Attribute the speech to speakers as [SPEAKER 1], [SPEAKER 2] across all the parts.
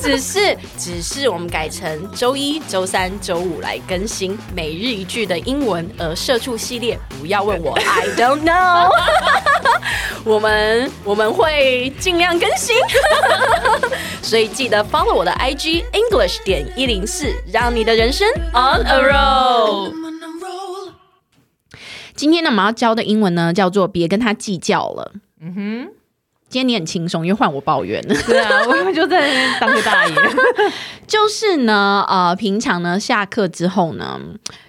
[SPEAKER 1] 只是只是我们改成周一、周三、周五来更新每日一句的英文，而社畜系列不要问 我，I don't know 我们我们会尽量更新， 所以记得 follow 我的 IG English 点一零四，让你的人生 on a roll。
[SPEAKER 2] I'm on a roll.
[SPEAKER 1] 今天呢，我们要教的英文呢，叫做“别跟他计较了”。嗯哼，今天你很轻松，又换我抱怨了。
[SPEAKER 3] 对啊，我们就在那边当个 大爷。
[SPEAKER 1] 就是呢，呃，平常呢，下课之后呢，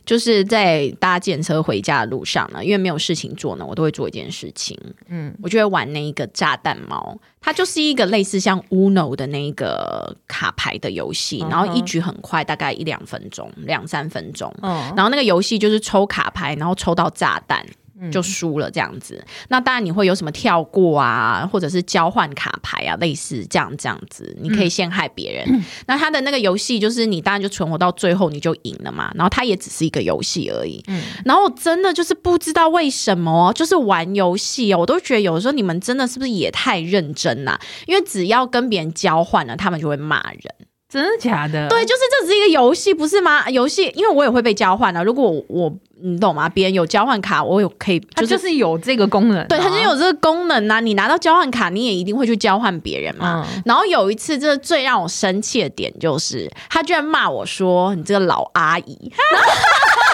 [SPEAKER 1] 就是在搭电车回家的路上呢，因为没有事情做呢，我都会做一件事情，嗯
[SPEAKER 3] 嗯，
[SPEAKER 1] 我就会玩那一个炸弹猫，它就是一个类似像 Uno 的那个卡牌的游
[SPEAKER 3] 嗯
[SPEAKER 1] 戏，然后一局很快，大概一两分钟，两三分钟，
[SPEAKER 3] 嗯，
[SPEAKER 1] 然后那个游戏就是抽卡牌，然后抽到炸弹。就输了这样子，那当然你会有什么跳过啊，或者是交换卡牌啊，类似这样这样子，你可以陷害别人。那他的那个游戏就是你当然就存活到最后你就赢了嘛，然后它也只是一个游戏而已。
[SPEAKER 3] 嗯
[SPEAKER 1] 然后我真的就是不知道为什么，哦就是玩游戏哦，我都觉得有时候你们真的是不是也太认真啦、因为只要跟别人交换了，他们就会骂人。
[SPEAKER 3] 真的假的？
[SPEAKER 1] 对，，就是这只是一个游戏，不是吗？游戏，因为我也会被交换啊。如果我我你懂吗？别人有交换卡，我有可以，
[SPEAKER 3] 它
[SPEAKER 1] 就是、
[SPEAKER 3] 就是有这个功能啊。
[SPEAKER 1] 对，它就有这个功能呐、你拿到交换卡，你也一定会去交换别人嘛。
[SPEAKER 3] 嗯
[SPEAKER 1] 然后有一次，这最让我生气的点就是，他居然骂我说：“你这个老阿 姨。”然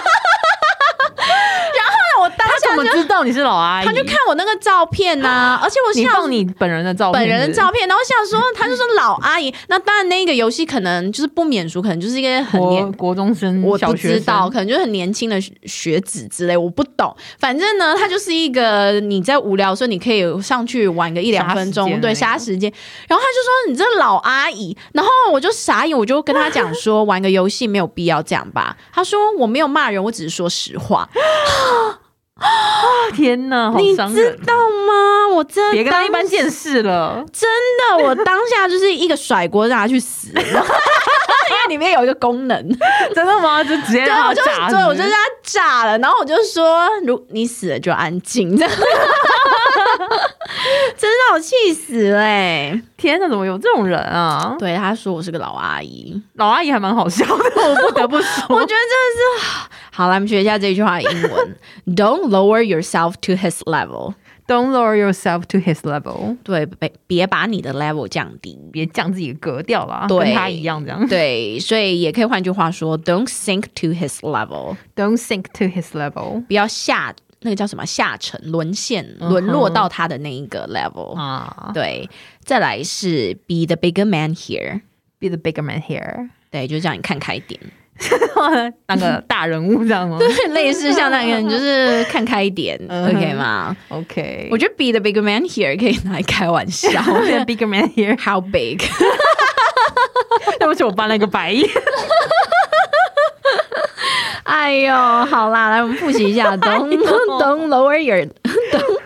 [SPEAKER 1] 后呢，我当
[SPEAKER 3] 他怎
[SPEAKER 1] 下
[SPEAKER 3] 么
[SPEAKER 1] 就
[SPEAKER 3] 知道你是老阿姨？
[SPEAKER 1] 他就看我那个照片呐、而且我
[SPEAKER 3] 你
[SPEAKER 1] 想
[SPEAKER 3] 放你本人的照片，
[SPEAKER 1] 本人的
[SPEAKER 3] 是
[SPEAKER 1] 照片，然后想说，他就说老阿姨。那当然，那个游戏可能就是不免俗，可能就是一个
[SPEAKER 3] 不是
[SPEAKER 1] 很年
[SPEAKER 3] 国国中生，
[SPEAKER 1] 我
[SPEAKER 3] 嗯小
[SPEAKER 1] 不
[SPEAKER 3] 学
[SPEAKER 1] 知
[SPEAKER 3] 生
[SPEAKER 1] 道，可能就是很年轻的学学子之类，我不懂。反正呢，它就是一个你在无聊的时候，你可以上去玩个一两分
[SPEAKER 3] 杀时
[SPEAKER 1] 钟，
[SPEAKER 3] 间
[SPEAKER 1] 对，
[SPEAKER 3] 而已
[SPEAKER 1] 杀时间。然后他就说：“你这老阿姨。”然后我就傻眼，我就跟他讲 说：“玩个游戏没有必要这样吧。”他说：“我没有骂人，我只是说实话。
[SPEAKER 3] 啊天哪，好
[SPEAKER 1] 你
[SPEAKER 3] 伤
[SPEAKER 1] 知
[SPEAKER 3] 人！哦
[SPEAKER 1] 道吗？我真的
[SPEAKER 3] 别跟他一般
[SPEAKER 1] 当
[SPEAKER 3] 见识了。
[SPEAKER 1] 真的，我当下就是一个甩锅让他去死， 因为里面有一个功能。
[SPEAKER 3] 真的吗？就直接
[SPEAKER 1] 对，啊
[SPEAKER 3] 让
[SPEAKER 1] 我
[SPEAKER 3] 他
[SPEAKER 1] 就
[SPEAKER 3] 炸
[SPEAKER 1] 对
[SPEAKER 3] 是
[SPEAKER 1] 我
[SPEAKER 3] 不
[SPEAKER 1] 就
[SPEAKER 3] 是
[SPEAKER 1] 让他炸了，然后我就说，如你死了就安静， 这样真让我气死嘞、
[SPEAKER 3] 天哪，怎么有这种人啊？
[SPEAKER 1] 对，他说我是个老阿姨，
[SPEAKER 3] 老阿姨还蛮好笑 的，我不得不说。
[SPEAKER 1] 我觉得真的是好来，我们学一下这句话的英文：Don't lower yourself to his level。
[SPEAKER 3] Don't lower yourself to his level，
[SPEAKER 1] 对，别别把你的 level 降低。
[SPEAKER 3] 别降自己的格调啦，
[SPEAKER 1] 对
[SPEAKER 3] 跟他一样这样。
[SPEAKER 1] 对，所以也可以换句话说，Don't sink to his level，
[SPEAKER 3] Don't sink to his level
[SPEAKER 1] 不要下那个叫什么下沉沦陷，
[SPEAKER 3] 嗯
[SPEAKER 1] 沦落到他的那一个 level。
[SPEAKER 3] 啊
[SPEAKER 1] 对，再来是 be the bigger man here。
[SPEAKER 3] ，Be the bigger man here，
[SPEAKER 1] 对，就让你看开一 点，
[SPEAKER 3] 当个大人物这样吗
[SPEAKER 1] 类似像那个，你就是看开一点
[SPEAKER 3] 嗯哼
[SPEAKER 1] ，OK 吗？
[SPEAKER 3] ？OK，
[SPEAKER 1] 我觉得 be the bigger man here 可以拿来开玩笑
[SPEAKER 3] Be the bigger man here，
[SPEAKER 1] ，How big？
[SPEAKER 3] 对不起，我翻了一个白眼。
[SPEAKER 1] 哎呦，好啦，来我们复习一下 ，Don't don't lower your don't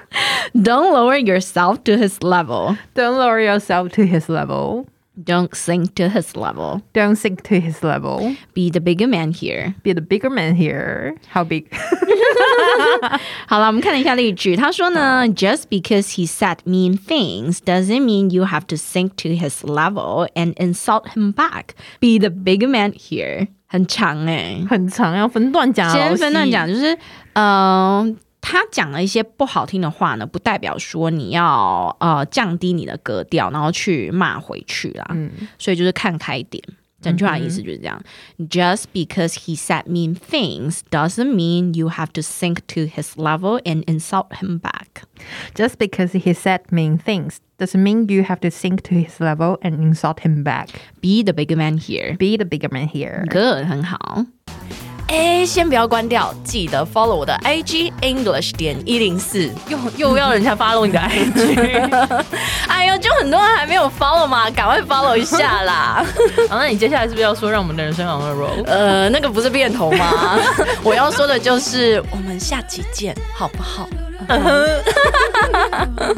[SPEAKER 1] don't lower yourself to his level.
[SPEAKER 3] Don't lower yourself to his level。
[SPEAKER 1] Don't sink to his level.
[SPEAKER 3] Don't sink to his level.
[SPEAKER 1] Be the bigger man here.
[SPEAKER 3] Be the bigger man here. How big?
[SPEAKER 1] 好了，我们看了一下例句。他说呢，Just because he said mean things doesn't mean you have to sink to his level and insult him back. Be the big man here. 很长哎、
[SPEAKER 3] 很长，要分段讲啊。
[SPEAKER 1] 先分段
[SPEAKER 3] 老师
[SPEAKER 1] 讲，就是嗯。呃他讲了一些不好听的话呢，不代表说你要呃降低你的格调，然后去骂回去啦。
[SPEAKER 3] 嗯
[SPEAKER 1] 所以就是看开一点。整句话的意思就是这样、j
[SPEAKER 3] 嗯
[SPEAKER 1] u s t because he said mean things doesn't mean you have to sink to his level and insult him back。
[SPEAKER 3] Just because he said mean things doesn't mean you have to sink to his level and insult him back.
[SPEAKER 1] Be the big man here。
[SPEAKER 3] Be the bigger man here.
[SPEAKER 1] Good，很好。哎，先不要关掉，记得 follow 我的 IG English 点一零四。
[SPEAKER 3] 又又要人家 follow 你的 IG，
[SPEAKER 1] 哎呦，就很多人还没有 follow 嘛，赶快 follow 一下 啦。
[SPEAKER 3] 好，哦那你接下来是不是要说让我们的人生 on a roll？
[SPEAKER 1] 呃，那个不是变头吗？我要说的就是，我们下期见，好不好？嗯哼